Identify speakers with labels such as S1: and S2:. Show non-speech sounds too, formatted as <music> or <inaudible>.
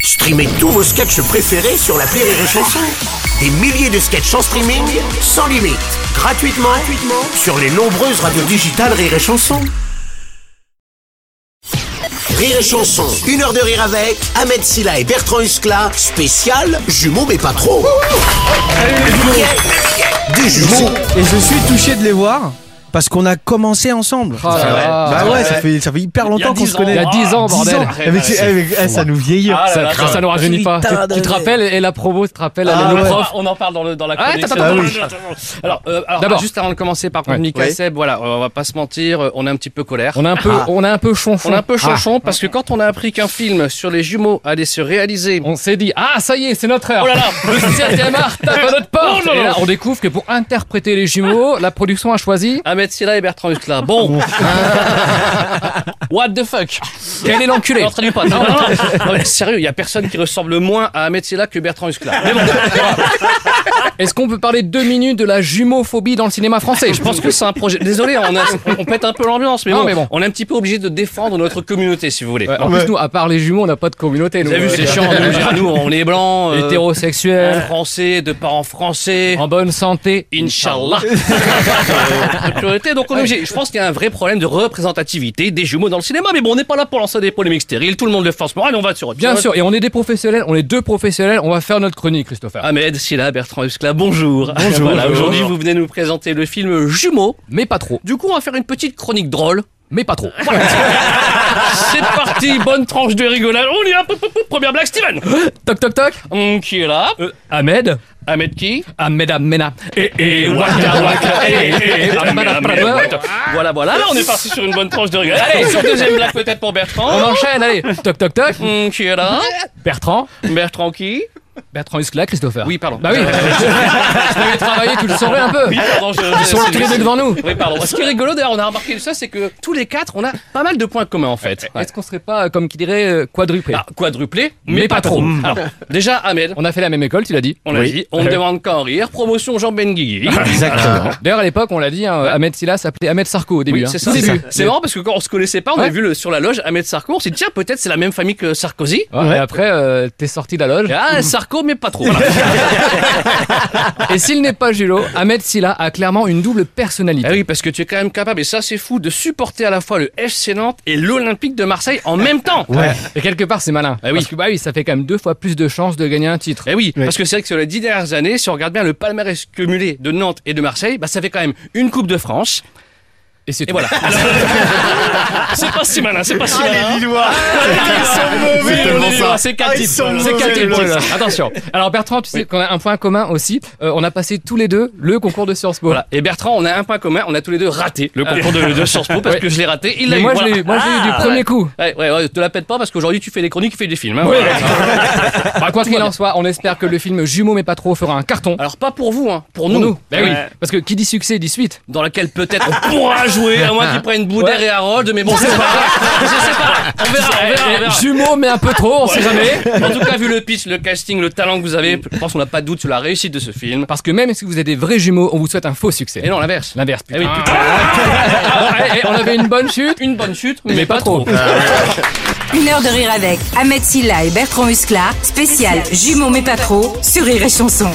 S1: Streamez tous vos sketchs préférés sur la Rire et Chanson. Des milliers de sketchs en streaming, sans limite, gratuitement, gratuitement sur les nombreuses radios digitales Rire et Chanson. Rire et Chanson, une heure de rire avec Ahmed Silla et Bertrand Huskla, spécial jumeaux mais pas trop. Des jumeaux,
S2: Et je suis touché de les voir parce qu'on a commencé ensemble.
S3: Oh
S2: bah ouais, ça fait, ça fait hyper longtemps qu'on se connaît.
S3: Il y a 10 ans, bordel. Ah
S2: Avec- avec- eh, ça nous vieillit.
S4: Ah là
S3: Ça,
S4: là,
S3: ça, ça nous rajeunit pas.
S2: Putain
S3: Tu, tu te
S2: de-
S3: rappelles, et la promo, tu te rappelles,
S4: Ah,
S3: le
S4: on,
S3: prof.
S4: en- on en parle dans, le, dans la
S3: Ah,
S4: connexion.
S3: attends, attends,
S4: Alors, euh, alors,
S3: D'abord.
S4: juste avant de commencer, par contre,
S3: Ouais.
S4: Mika
S2: Ouais.
S4: Seb, voilà, on va pas se mentir, euh, on est un petit peu colère.
S3: On a un peu,
S2: Ah.
S3: on a un peu chonchon.
S4: On est un peu chanchon parce que quand on a appris qu'un film sur les jumeaux allait se réaliser,
S3: Ah. On s'est dit, ah, ça y est, c'est notre heure.
S4: oh là là,
S3: <laughs> Le 7 art tape à
S4: <laughs>
S3: notre porte.
S4: non,
S3: Et
S4: non.
S3: là, on découvre que pour interpréter les jumeaux, la production a choisi.
S4: Ahmed Silla et Bertrand Hucla. Bon, what the fuck
S3: Quel est l'enculé
S4: Non, traduis pas. Non, non, non. Non, mais sérieux, il y a personne qui ressemble moins à Ahmed Silla que Bertrand Hucla. Mais bon,
S3: Est-ce qu'on peut parler deux minutes de la jumeauphobie dans le cinéma français
S4: je pense que c'est un projet. Désolé, hein, on, a- on pète un peu l'ambiance, mais,
S3: Non,
S4: bon,
S3: mais bon.
S4: on est un petit peu obligé de défendre notre communauté, si vous voulez.
S3: Ouais, En plus, nous, à part les jumeaux, on n'a pas de communauté.
S4: Vous avez vu, c'est chiant. Nous, genre, nous, on est blancs, euh,
S3: Hétérosexuel,
S4: français, de parents français.
S3: en bonne santé.
S4: Inch'Allah. Euh, <laughs> priorité, donc on est obligé. Je pense qu'il y a un vrai problème de représentativité des jumeaux dans le cinéma, mais bon, on n'est pas là pour lancer des polémiques stériles. Tout le monde le force moral, on va sur autre
S3: Bien
S4: chose.
S3: sûr, et on est des professionnels, on est deux professionnels, on va faire notre chronique, Christopher.
S4: Ahmed, Silla, Bertrand Huskla, bonjour. Bonjour. Voilà, aujourd'hui, vous venez nous présenter le film Jumeaux.
S3: Mais pas trop,
S4: Du coup, on va faire une petite chronique drôle.
S3: mais pas trop.
S4: C'est parti, bonne tranche de rigolade. On y va, pou, pou, pou. première blague, Steven.
S3: <laughs> Toc toc toc.
S4: Hum, qui est là
S3: Euh, Ahmed,
S4: Ahmed qui
S3: Ahmed Amena. Et et
S4: Waka, waka, eh, eh, eh,
S3: Ahmed
S4: Ahmed, Ahmed,
S3: Ahmed.
S4: Ahmed. Voilà, voilà. Là, on est parti sur une bonne tranche de rigolade. Allez, sur deuxième blague peut-être pour Bertrand.
S3: On enchaîne, allez. Toc toc toc.
S4: Hmm, qui est là
S3: Bertrand,
S4: Bertrand qui
S3: Bertrand Huskla, Christopher.
S4: Oui, pardon.
S3: Bah oui. <laughs> Je t'avais travaillé, tu le saurais un peu.
S4: Oui, pardon, je,
S3: Euh. Ils sont tous les deux devant nous.
S4: Oui, pardon. Ce qui est rigolo, d'ailleurs, on a remarqué ça, c'est que tous les quatre, on a pas mal de points communs, en fait.
S3: Est-ce qu'on serait pas, euh, comme qui dirait, euh, quadruplé
S4: Ah, quadruplé, mais,
S3: Mais
S4: pas,
S3: pas
S4: trop.
S3: trop.
S4: Alors, déjà, Ahmed,
S3: On a fait la même école, tu l'as dit.
S4: on l'a dit, on ne
S3: Ouais.
S4: demande qu'à en rire. Promotion Jean Benguigui.
S3: Ah,
S2: Exactement.
S3: D'ailleurs, à l'époque, on l'a dit, hein, Ahmed Silla s'appelait Ahmed Sarko au début.
S4: Ah. Oui,
S3: hein.
S4: c'est ça.
S3: Au
S4: C'est
S3: début.
S4: ça. C'est marrant parce que quand on se connaissait pas, on
S3: Ouais.
S4: a vu le, sur la loge Ahmed Sarko, on s'est dit tiens peut-être c'est la même famille que Sarkozy.
S3: Ouais, Et après, euh, t'es sorti de la loge.
S4: Et, <laughs> Ah Sarko mais pas trop. Voilà. Ah.
S3: Et s'il n'est pas Julo, Ahmed Silla a clairement une double personnalité.
S4: Eh oui parce que tu es quand même capable et ça c'est fou de supporter à la fois le FC Nantes et l'Olympique de Marseille en même temps.
S2: Ouais.
S3: Et quelque part, c'est malin.
S4: Eh oui.
S3: Parce que bah oui, ça fait quand même deux fois plus de chances de gagner un titre.
S4: Eh oui, parce que c'est vrai que sur les dix dernières années, si on regarde bien le palmarès cumulé de Nantes et de Marseille, bah ça fait quand même une Coupe de France.
S3: Et c'est
S4: Et
S3: tout.
S4: voilà. <laughs> c'est pas si malin, c'est pas si
S2: Ah,
S4: malin. hein.
S2: Ils sont
S4: Oui, on est
S2: mauvais.
S4: libre, c'est quatre
S2: Ah, ils
S4: titres.
S2: sont
S4: C'est quatre
S2: mauvais,
S4: titres.
S2: voilà.
S3: Attention. Alors Bertrand, tu sais qu'on a un point commun aussi. Euh, on a passé tous les deux le concours de Sciences Po.
S4: Voilà. Et Bertrand, on a un point commun, on a tous les deux raté Euh, le concours de, de Sciences Po parce que je l'ai raté, il l'a
S3: Mais
S4: eu.
S3: moi, je
S4: voilà.
S3: l'ai eu, moi, je l'ai eu du
S4: Ah,
S3: premier
S4: ouais.
S3: coup.
S4: Ouais, ouais, ouais, te la pète pas parce qu'aujourd'hui tu fais des chroniques, tu fais des films. hein, voilà.
S3: <laughs> Bah, quoi qu'il en soit, on espère que le film Jumeaux mais pas trop fera un carton.
S4: Alors pas pour vous, hein, pour
S3: Pour
S4: nous,
S3: nous. Bah oui.
S4: Ouais.
S3: Parce que qui dit succès dit suite.
S4: dans laquelle peut-être on pourra jouer, à moins qu'ils prennent Boudère et Harold, mais bon, c'est pas grave. Je sais pas, on verra, on verra, on verra.
S3: Jumeaux mais un peu trop, on sait jamais.
S4: En tout cas, vu le pitch, le casting, le talent que vous avez, je pense qu'on n'a pas de doute sur la réussite de ce film.
S3: Parce que même si vous êtes des vrais jumeaux, on vous souhaite un faux
S4: Et
S3: succès.
S4: non, l'inverse.
S3: L'inverse.
S4: Eh oui,
S3: putain.
S4: putain.
S3: Eh, eh, on avait une bonne chute,
S4: Une bonne chute, mais,
S3: mais, pas, trop.
S5: Une heure de rire avec Ahmed Silla et Bertrand Huskla, spécial Jumeaux mais pas trop sur Rire et Chanson.